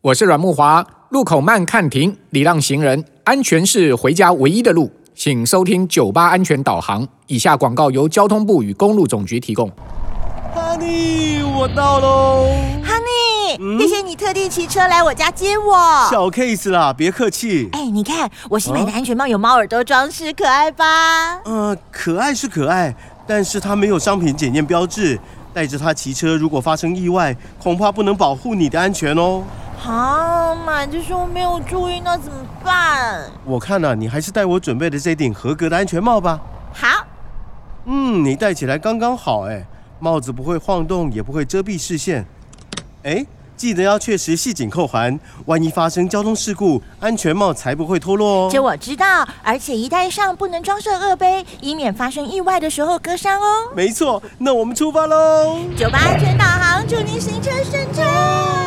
我是阮木华。路口慢看停，礼让行人，安全是回家唯一的路。请收听九八安全导航。以下广告由交通部与公路总局提供。 Honey，我到喽！哈尼，谢谢你特地骑车来我家接我。小 case 啦，别客气。啊哎，你看我新买的安全帽有猫耳朵装饰，可爱吧？呃，可爱是可爱，但是它没有商品检验标志。带着它骑车，如果发生意外，恐怕不能保护你的安全哦。啊，买的时候没有注意，那怎么办？我看呐、你还是戴我准备的这顶合格的安全帽吧。好，嗯，你戴起来刚刚好哎，帽子不会晃动，也不会遮蔽视线。哎，记得要确实系紧扣环，万一发生交通事故，安全帽才不会脱落哦。这我知道，而且一戴上不能装设恶杯，以免发生意外的时候割伤哦。没错，那我们出发喽。酒吧安全导航，祝您行车顺畅。